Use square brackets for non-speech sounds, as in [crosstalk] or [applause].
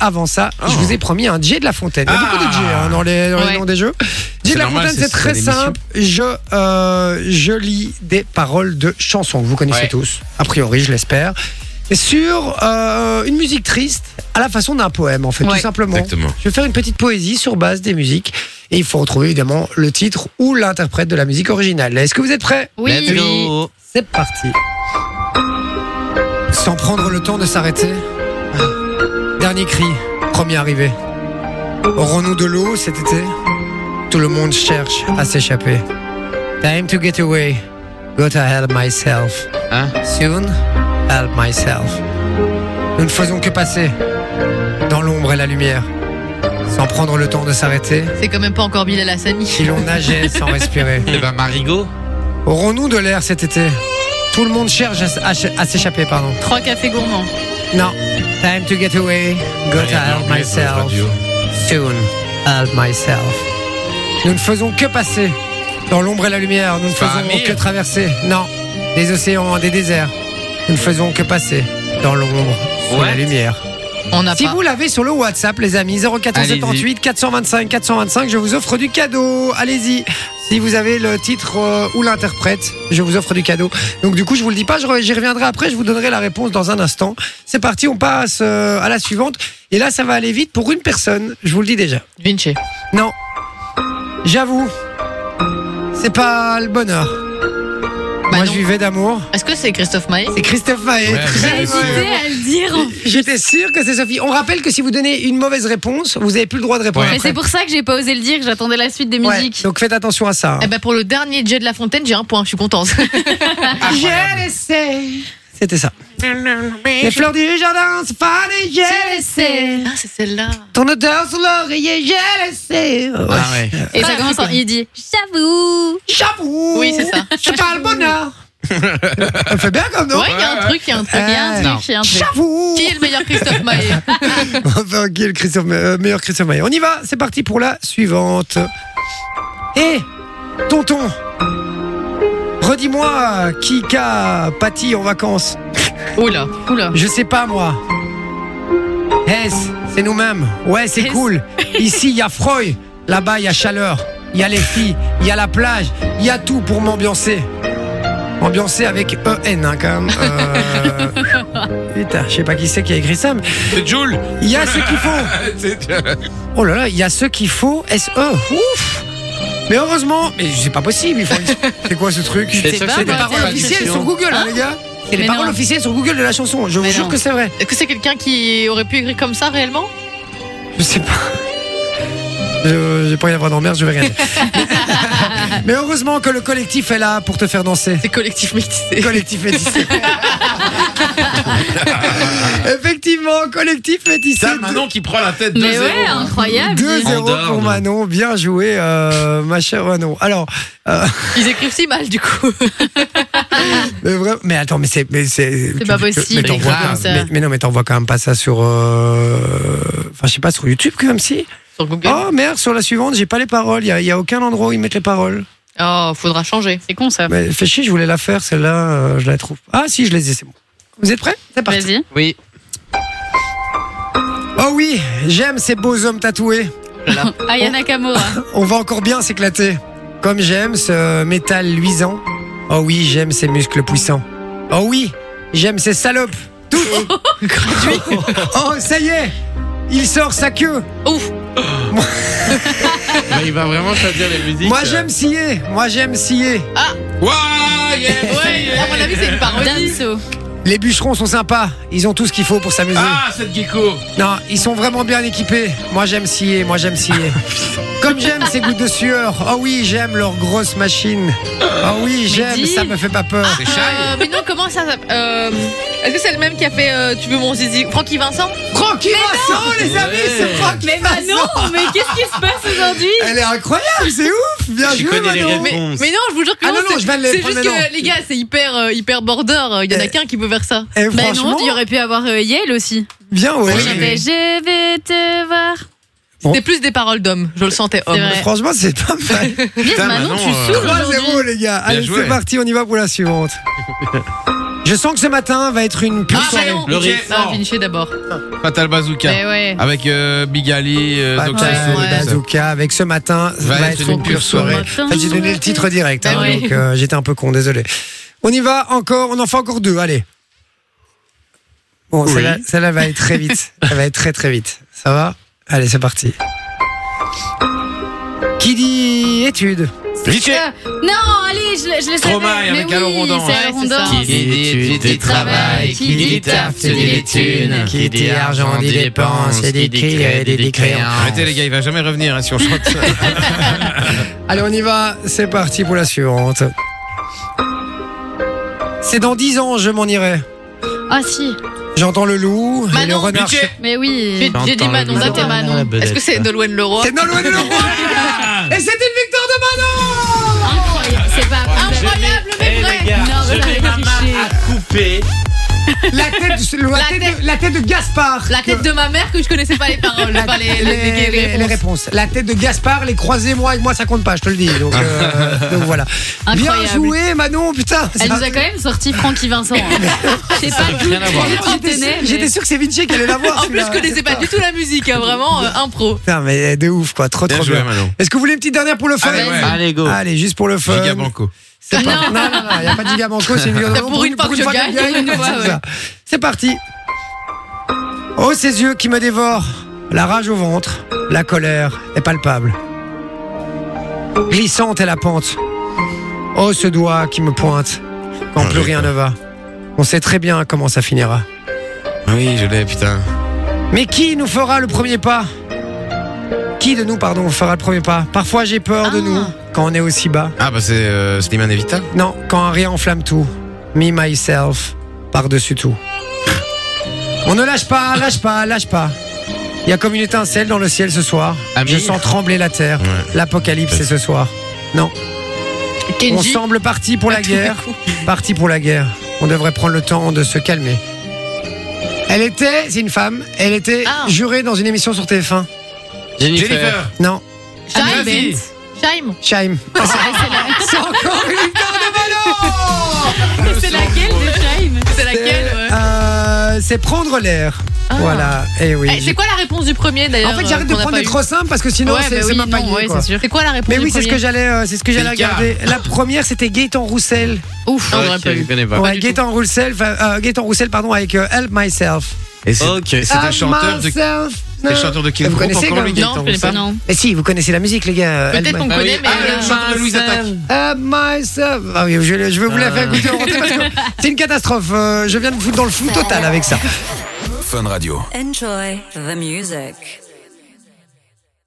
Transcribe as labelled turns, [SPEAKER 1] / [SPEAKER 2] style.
[SPEAKER 1] avant ça,
[SPEAKER 2] Oh.
[SPEAKER 1] je vous ai promis un DJ de la Fontaine. Il y a beaucoup de
[SPEAKER 2] Ah.
[SPEAKER 1] DJ hein, dans les, dans les
[SPEAKER 3] Ouais.
[SPEAKER 1] noms des jeux. DJ de la
[SPEAKER 2] normal,
[SPEAKER 1] Fontaine,
[SPEAKER 2] c'est-
[SPEAKER 1] c'est très
[SPEAKER 2] c'est une émission.
[SPEAKER 1] simple. Je, euh, je lis des paroles de chansons que vous connaissez
[SPEAKER 2] Ouais.
[SPEAKER 1] tous, a priori, je l'espère, et sur euh, une musique triste à la façon d'un poème, en fait,
[SPEAKER 3] Ouais.
[SPEAKER 1] tout simplement.
[SPEAKER 2] Exactement.
[SPEAKER 1] Je vais faire une petite poésie sur base des musiques. Et il faut retrouver évidemment le titre ou l'interprète de la musique originale. Est-ce que vous êtes prêts
[SPEAKER 3] Oui.
[SPEAKER 2] Let's go.
[SPEAKER 1] C'est parti. Sans prendre le temps de s'arrêter. Dernier cri, premier arrivé. Aurons-nous de l'eau cet été Tout le monde cherche à s'échapper. Time to get away. Gotta help myself.
[SPEAKER 2] Hein
[SPEAKER 1] Soon, help myself. Nous ne faisons que passer dans l'ombre et la lumière, sans prendre le temps de s'arrêter,
[SPEAKER 3] C'est quand même pas encore Bilal Hassani.
[SPEAKER 1] si l'on nageait sans [laughs] respirer.
[SPEAKER 2] Eh ben Marigot.
[SPEAKER 1] Aurons-nous de l'air cet été Tout le monde cherche à, à- à s'échapper, pardon.
[SPEAKER 3] Trois cafés gourmands.
[SPEAKER 1] Non. Time to get away. Gotta
[SPEAKER 2] Rien
[SPEAKER 1] help
[SPEAKER 2] d'anglais sur la
[SPEAKER 1] myself.
[SPEAKER 2] radio.
[SPEAKER 1] Soon, help myself. Nous ne faisons que passer dans l'ombre et la lumière. Nous ne
[SPEAKER 2] C'est pas
[SPEAKER 1] faisons
[SPEAKER 2] Amir
[SPEAKER 1] que traverser. Non. Des océans, des déserts. Nous ne faisons que passer dans l'ombre, sous la
[SPEAKER 2] What
[SPEAKER 1] lumière.
[SPEAKER 3] On n'a
[SPEAKER 1] Si
[SPEAKER 3] pas.
[SPEAKER 1] vous l'avez sur le WhatsApp, les amis, 0478 425 425, je vous offre du cadeau. Allez-y. Si vous avez le titre euh, ou l'interprète, je vous offre du cadeau. Donc du coup, je vous le dis pas, je re- j'y reviendrai après, je vous donnerai la réponse dans un instant. C'est parti, on passe euh, à la suivante. Et là, ça va aller vite pour une personne, je vous le dis déjà.
[SPEAKER 3] Vinci.
[SPEAKER 1] Non, j'avoue, c'est pas le bonheur. Moi, je
[SPEAKER 3] non.
[SPEAKER 1] vivais d'amour.
[SPEAKER 3] Est-ce que c'est Christophe Maé
[SPEAKER 1] C'est Christophe Maé.
[SPEAKER 2] Ouais,
[SPEAKER 1] [laughs] Très bonne
[SPEAKER 2] mais c'est-
[SPEAKER 1] réponse.
[SPEAKER 3] à le dire.
[SPEAKER 1] J'étais sûr que c'est Sophie. On rappelle que si vous donnez une mauvaise réponse, vous n'avez plus le droit de répondre.
[SPEAKER 2] Ouais.
[SPEAKER 4] Mais
[SPEAKER 1] après.
[SPEAKER 4] c'est pour ça que j'ai pas osé le dire, que j'attendais la suite des
[SPEAKER 1] Ouais,
[SPEAKER 4] musiques.
[SPEAKER 1] donc faites attention à ça. hein.
[SPEAKER 3] Eh ben pour le dernier jet de la fontaine, j'ai un point, je suis contente. Ah,
[SPEAKER 1] Je le sais. C'était ça. Les fleurs du jardin se fanent et je le sais.
[SPEAKER 3] Ah, [laughs] c'est celle-là.
[SPEAKER 1] Ton odeur sur l'oreiller, je le sais. Ouais.
[SPEAKER 2] Ah ouais.
[SPEAKER 4] Et ça commence en Idi. J'avoue.
[SPEAKER 1] J'avoue.
[SPEAKER 3] Oui, c'est ça.
[SPEAKER 1] Je pas le
[SPEAKER 3] [laughs]
[SPEAKER 1] bonheur. Elle fait bien comme nous.
[SPEAKER 3] Ouais, il y a un truc, il y a un truc.
[SPEAKER 4] Il y a
[SPEAKER 1] Euh,
[SPEAKER 4] un
[SPEAKER 2] non.
[SPEAKER 4] truc, il y a un truc.
[SPEAKER 1] J'avoue.
[SPEAKER 3] Qui est le meilleur Christophe Maé
[SPEAKER 1] Enfin, qui est le Christophe, euh, meilleur Christophe Maé On y va, c'est parti pour la suivante. Hé, tonton, redis-moi qui qu'a pâti en vacances.
[SPEAKER 3] Oula, oula.
[SPEAKER 1] Je sais pas, moi. Hesse, c'est nous-mêmes. Ouais, c'est
[SPEAKER 3] Hesse.
[SPEAKER 1] cool. Ici, il y a Freud. Là-bas, il y a chaleur. Il y a les filles. Il y a la plage. Il y a tout pour m'ambiancer. Ambiancer avec EN, hein, quand même. Euh, Putain, je sais pas qui c'est qui a écrit ça, mais
[SPEAKER 2] C'est Jules.
[SPEAKER 1] il y a ce qu'il faut.
[SPEAKER 2] [laughs] C'est-
[SPEAKER 1] Oh là là, il y a ce qu'il faut, SE. Ouf Mais heureusement, mais c'est pas possible, il faut. C'est quoi ce truc
[SPEAKER 2] C'est
[SPEAKER 1] C'est
[SPEAKER 2] ça,
[SPEAKER 1] des
[SPEAKER 3] c'est
[SPEAKER 1] paroles
[SPEAKER 3] pas
[SPEAKER 1] officielles
[SPEAKER 2] question.
[SPEAKER 1] sur Google, hein, les gars C'est les
[SPEAKER 3] Mais
[SPEAKER 1] paroles
[SPEAKER 3] non.
[SPEAKER 1] officielles sur Google de la chanson, je vous
[SPEAKER 3] Mais
[SPEAKER 1] jure
[SPEAKER 3] non.
[SPEAKER 1] que c'est vrai.
[SPEAKER 3] Est-ce que c'est quelqu'un qui aurait pu écrire comme ça réellement
[SPEAKER 1] Je sais pas. Je- J'ai pas envie d'avoir d'emmerde, je vais rien dire. Mais heureusement que le collectif est là pour te faire danser.
[SPEAKER 3] C'est collectif métissé.
[SPEAKER 1] Collectif métissé. Effectivement, collectif métissé.
[SPEAKER 2] C'est Manon qui prend la tête de
[SPEAKER 4] Mais ouais,
[SPEAKER 2] zéro.
[SPEAKER 4] incroyable.
[SPEAKER 1] 2-0 pour
[SPEAKER 2] Andorre.
[SPEAKER 1] Manon, bien joué, euh, ma chère Manon. Alors,
[SPEAKER 3] Ils écrivent si mal du coup.
[SPEAKER 1] Mais, vra- mais attends, mais c'est. Mais c'est tu-
[SPEAKER 3] pas
[SPEAKER 1] tu-
[SPEAKER 3] possible,
[SPEAKER 1] Mais, t'envoies
[SPEAKER 2] grave,
[SPEAKER 1] quand même-
[SPEAKER 3] ça.
[SPEAKER 1] mais- mais non, mais t'envoies quand même pas ça sur. euh, Enfin, je sais pas, sur YouTube quand même, si.
[SPEAKER 3] Sur Google. Oh,
[SPEAKER 1] Oh merde, sur la suivante, j'ai pas les paroles. Il y a, y a aucun endroit où ils mettent les paroles.
[SPEAKER 3] Oh, faudra changer.
[SPEAKER 4] C'est con ça.
[SPEAKER 1] Mais fais chier, je voulais la faire, celle-là, euh, je la trouve. Ah si, je les ai, c'est bon. Vous êtes prêts C'est parti.
[SPEAKER 4] Vas-y.
[SPEAKER 2] Oui.
[SPEAKER 1] Oh oui, j'aime ces beaux hommes tatoués.
[SPEAKER 4] Ayana Kamura.
[SPEAKER 1] On va encore bien s'éclater. Comme j'aime ce métal luisant. Oh oui, j'aime ces muscles puissants. Oh oui, j'aime ces salopes. Tout. oh, ça y est, il sort sa queue.
[SPEAKER 3] Ouf.
[SPEAKER 2] Bah, il va vraiment choisir les musiques.
[SPEAKER 1] Moi
[SPEAKER 2] euh.
[SPEAKER 1] j'aime scier, moi j'aime scier.
[SPEAKER 2] Ouais, [laughs] yeah,
[SPEAKER 3] Ouais,
[SPEAKER 2] yeah.
[SPEAKER 3] à mon avis, c'est une parodie.
[SPEAKER 4] Damso.
[SPEAKER 1] Les bûcherons sont sympas, ils ont tout ce qu'il faut pour s'amuser.
[SPEAKER 2] Ah, cette gecko.
[SPEAKER 1] Non, ils sont vraiment bien équipés. Moi j'aime scier, moi j'aime scier. Comme j'aime ces gouttes de sueur. Oh oui, j'aime leurs grosses machines. Oh oui, j'aime,
[SPEAKER 3] dis.
[SPEAKER 1] ça me fait pas peur.
[SPEAKER 2] C'est Shai.
[SPEAKER 4] Ah.
[SPEAKER 3] Euh, mais non, comment ça s'appelle euh, Est-ce que c'est le même qui a fait euh, Tu veux mon zizi Francky Vincent
[SPEAKER 1] Francky Vincent, Oh, les amis,
[SPEAKER 2] Ouais.
[SPEAKER 1] c'est Francky
[SPEAKER 4] [laughs] Ah
[SPEAKER 1] Vincent.
[SPEAKER 4] non, mais qu'est-ce qui se passe aujourd'hui
[SPEAKER 1] Elle est incroyable, c'est ouf. Bien
[SPEAKER 2] Tu
[SPEAKER 1] joué,
[SPEAKER 2] connais les
[SPEAKER 1] Manon.
[SPEAKER 2] réponses.
[SPEAKER 3] mais, mais non, je vous jure que
[SPEAKER 1] Ah non,
[SPEAKER 3] non,
[SPEAKER 1] non,
[SPEAKER 3] c'est-
[SPEAKER 1] je vais aller
[SPEAKER 3] c'est
[SPEAKER 1] prendre
[SPEAKER 3] juste
[SPEAKER 1] maintenant.
[SPEAKER 3] que les gars, c'est hyper, euh, hyper border. Il y en a
[SPEAKER 1] Eh.
[SPEAKER 3] qu'un qui peut faire ça.
[SPEAKER 1] Et
[SPEAKER 4] Bah non,
[SPEAKER 1] franchement,
[SPEAKER 4] il aurait pu avoir euh, Yale aussi.
[SPEAKER 1] bien ouais.
[SPEAKER 2] Oui,
[SPEAKER 4] J'avais Je vais te voir.
[SPEAKER 1] Bon.
[SPEAKER 3] C'était plus des paroles d'hommes, je le sentais homme.
[SPEAKER 4] C'est vrai.
[SPEAKER 1] Franchement, c'est pas mal. [laughs]
[SPEAKER 4] Yes, Manon,
[SPEAKER 2] Manon,
[SPEAKER 4] tu
[SPEAKER 2] euh,
[SPEAKER 4] saoules aujourd'hui.
[SPEAKER 1] 3-0, les gars. Allez,
[SPEAKER 2] joué. [laughs]
[SPEAKER 1] c'est parti, on y va pour la suivante. Je sens que ce matin va être une pure
[SPEAKER 4] Ah,
[SPEAKER 1] soirée.
[SPEAKER 4] non.
[SPEAKER 2] Le riz.
[SPEAKER 4] Ah, Vinci d'abord.
[SPEAKER 2] Fatal Bazooka.
[SPEAKER 3] Eh
[SPEAKER 4] Mais ouais.
[SPEAKER 1] Ah,
[SPEAKER 2] Avec euh, Bigali, euh,
[SPEAKER 1] Fatal
[SPEAKER 2] Doc Sasso,
[SPEAKER 4] ouais.
[SPEAKER 2] tout ça.
[SPEAKER 1] Bazooka avec ce matin va, être une, pure soirée. En
[SPEAKER 4] soirée.
[SPEAKER 1] fait, j'ai donné le titre direct, hein,
[SPEAKER 4] Ah oui.
[SPEAKER 1] donc euh, j'étais un peu con, désolé. On y va encore, on en fait encore deux, allez. Bon,
[SPEAKER 2] Oui.
[SPEAKER 1] celle-là, celle-là va être très
[SPEAKER 5] [laughs]
[SPEAKER 1] vite. Elle va être très très vite. Ça va Allez, c'est parti. Qui dit études
[SPEAKER 2] Riquet.
[SPEAKER 4] Ah, Non, allez, je, le- je le savais.
[SPEAKER 2] Stromae
[SPEAKER 4] mais
[SPEAKER 2] avec Alain
[SPEAKER 4] oui,
[SPEAKER 2] Rondon.
[SPEAKER 4] c'est
[SPEAKER 2] Ouais,
[SPEAKER 4] Alain
[SPEAKER 3] c'est ça.
[SPEAKER 4] Rondon.
[SPEAKER 5] Qui dit études et travail, qui dit taf, c'est dit les thunes, qui dit argent, dit dépenses, qui dit créer, dit créances.
[SPEAKER 2] Arrêtez les gars, il va jamais revenir hein, si on chante ça.
[SPEAKER 1] Allez, on y va, c'est parti pour la suivante. C'est dans dix ans, je m'en irai.
[SPEAKER 4] Ah si,
[SPEAKER 1] J'entends le loup et le
[SPEAKER 3] Manon,
[SPEAKER 1] renard.
[SPEAKER 2] Riquet.
[SPEAKER 4] mais oui.
[SPEAKER 3] J'ai j'ai dit Manon
[SPEAKER 4] J'entends
[SPEAKER 3] d'abord.
[SPEAKER 4] le-
[SPEAKER 3] Est-ce que c'est Nolwenn Leroy
[SPEAKER 1] Ah, C'est Nolwenn le
[SPEAKER 2] [laughs]
[SPEAKER 1] roi Et c'est une victoire de Manon
[SPEAKER 4] Incroyable, c'est pas vrai.
[SPEAKER 3] Incroyable,
[SPEAKER 1] Eh,
[SPEAKER 3] mais vrai
[SPEAKER 4] Non, vous avez triché.
[SPEAKER 5] couper.
[SPEAKER 1] La tête, la
[SPEAKER 3] La
[SPEAKER 1] tête
[SPEAKER 3] tête-
[SPEAKER 1] de, la tête de Gaspard.
[SPEAKER 3] La tête de ma mère que je connaissais pas les paroles,
[SPEAKER 1] La-
[SPEAKER 3] pas les, les,
[SPEAKER 1] les- les-
[SPEAKER 3] les- les
[SPEAKER 1] les
[SPEAKER 3] réponses.
[SPEAKER 1] réponses. La tête de Gaspard, les croisez-moi avec moi, ça compte pas, je te le dis. Donc,
[SPEAKER 2] [laughs]
[SPEAKER 1] euh, donc voilà.
[SPEAKER 4] Incroyable.
[SPEAKER 1] Bien joué, Manon, putain.
[SPEAKER 4] Elle
[SPEAKER 1] ça-
[SPEAKER 4] nous a quand même sorti Francky Vincent. [laughs] hein. Je sais pas d'où
[SPEAKER 5] Rien à voir.
[SPEAKER 4] tu
[SPEAKER 1] Ah, J'étais
[SPEAKER 4] tenais,
[SPEAKER 1] sûre-
[SPEAKER 4] mais-
[SPEAKER 1] J'étais sûr que c'est Vinci qui allait la voir.
[SPEAKER 3] [laughs] En plus,
[SPEAKER 1] celui-là.
[SPEAKER 3] je connaissais pas du tout la musique, hein, vraiment euh, impro.
[SPEAKER 1] Putain, mais de ouf, quoi. Trop,
[SPEAKER 2] Bien
[SPEAKER 1] trop
[SPEAKER 2] joué,
[SPEAKER 1] bien.
[SPEAKER 2] Manon. Ah,
[SPEAKER 1] Est-ce que vous voulez une petite dernière pour le fun
[SPEAKER 2] Allez, ouais.
[SPEAKER 5] Allez, go.
[SPEAKER 1] Allez, juste pour le fun.
[SPEAKER 2] Giga Banco.
[SPEAKER 1] C'est pas-
[SPEAKER 4] Non.
[SPEAKER 1] Non, non, non, il n'y a pas de gigabanco, c'est une
[SPEAKER 3] [laughs] pour une fois que je gagne, [laughs] une fois,
[SPEAKER 1] c'est
[SPEAKER 3] ouais.
[SPEAKER 1] ça. C'est parti. Oh, ces yeux qui me dévorent, la rage au ventre, la colère est palpable. Glissante est la pente. Oh, ce doigt qui me pointe quand
[SPEAKER 2] Ah,
[SPEAKER 1] plus
[SPEAKER 2] oui,
[SPEAKER 1] rien
[SPEAKER 2] quoi.
[SPEAKER 1] ne va. On sait très bien comment ça finira.
[SPEAKER 2] Oui, je l'ai, putain.
[SPEAKER 1] Mais qui nous fera le premier pas Qui de nous, pardon, fera le premier pas Parfois j'ai peur de
[SPEAKER 4] Ah.
[SPEAKER 1] nous quand on est aussi bas.
[SPEAKER 2] Ah, bah c'est euh, Slimane Evita.
[SPEAKER 1] Non, quand un rien enflamme tout. Me, myself, par-dessus tout. On ne lâche pas, lâche pas, lâche pas. Il y a comme une étincelle dans le ciel ce soir.
[SPEAKER 5] Amir.
[SPEAKER 1] Je sens trembler la terre.
[SPEAKER 2] Ouais.
[SPEAKER 1] L'apocalypse, c'est ce soir. Non, on
[SPEAKER 3] Kenji,
[SPEAKER 1] semble parti pour la
[SPEAKER 3] tout d'un
[SPEAKER 1] guerre. Parti pour la guerre. On devrait prendre le temps de se calmer. Elle était, c'est une femme, elle était
[SPEAKER 3] Ah.
[SPEAKER 1] jurée dans une émission sur TF1.
[SPEAKER 5] Jennifer.
[SPEAKER 2] Jennifer.
[SPEAKER 1] Non,
[SPEAKER 4] Chime.
[SPEAKER 2] Vas-y.
[SPEAKER 4] Chime.
[SPEAKER 1] Chaim.
[SPEAKER 3] [laughs]
[SPEAKER 1] c'est encore une victoire de Manon
[SPEAKER 4] Ah, C'est laquelle de Chime
[SPEAKER 3] c'est laquelle ouais. Ah.
[SPEAKER 1] Euh, C'est prendre l'air. Voilà. Et oui.
[SPEAKER 3] Eh, C'est quoi la réponse du premier d'ailleurs
[SPEAKER 1] en fait,
[SPEAKER 3] euh,
[SPEAKER 1] j'arrête de
[SPEAKER 3] qu'on a
[SPEAKER 1] prendre
[SPEAKER 3] pas
[SPEAKER 1] des
[SPEAKER 3] eu
[SPEAKER 1] trop simples parce que sinon,
[SPEAKER 4] Ouais,
[SPEAKER 1] c'est
[SPEAKER 4] bah
[SPEAKER 1] c'est
[SPEAKER 4] oui,
[SPEAKER 1] ma panier,
[SPEAKER 4] non, ouais,
[SPEAKER 1] quoi.
[SPEAKER 4] c'est sûr.
[SPEAKER 3] C'est quoi la réponse
[SPEAKER 1] Mais
[SPEAKER 3] du
[SPEAKER 1] oui, c'est ce que
[SPEAKER 3] premier
[SPEAKER 1] j'allais, euh, c'est ce que j'allais
[SPEAKER 2] Milka.
[SPEAKER 1] regarder. La première, c'était Gaëtan Roussel.
[SPEAKER 4] Ouf.
[SPEAKER 3] Ah, on l'aurait pas eu.
[SPEAKER 5] Je
[SPEAKER 2] Bah,
[SPEAKER 5] connais pas.
[SPEAKER 1] Ouais,
[SPEAKER 3] du tout.
[SPEAKER 1] Gaëtan Roussel, enfin, euh, Gaëtan Roussel, pardon, avec euh, Help Myself.
[SPEAKER 2] Et c'est
[SPEAKER 5] Ok.
[SPEAKER 2] c'est un
[SPEAKER 1] Help
[SPEAKER 2] chanteur de.
[SPEAKER 1] Myself.
[SPEAKER 2] C'est
[SPEAKER 1] Non.
[SPEAKER 2] un chanteur de quel
[SPEAKER 1] Vous
[SPEAKER 2] groupe
[SPEAKER 1] connaissez
[SPEAKER 2] encore,
[SPEAKER 1] quand
[SPEAKER 2] lui,
[SPEAKER 1] même
[SPEAKER 2] Gaëtan
[SPEAKER 3] Non, je connais pas.
[SPEAKER 4] Non.
[SPEAKER 1] Mais si, vous connaissez la musique, les gars. euh, Help
[SPEAKER 3] Peut-être qu'on
[SPEAKER 1] My-
[SPEAKER 2] Ah oui.
[SPEAKER 3] connaît, mais.
[SPEAKER 2] Ah, le
[SPEAKER 3] euh,
[SPEAKER 2] chanteur de Louise Attaque.
[SPEAKER 1] Help Myself. Ah oui, je, vais- je vais vous
[SPEAKER 2] Euh.
[SPEAKER 1] la faire écouter en rentrée parce que c'est une catastrophe. Euh, je viens de vous foutre dans le flou total avec ça.
[SPEAKER 6] Enjoy the music.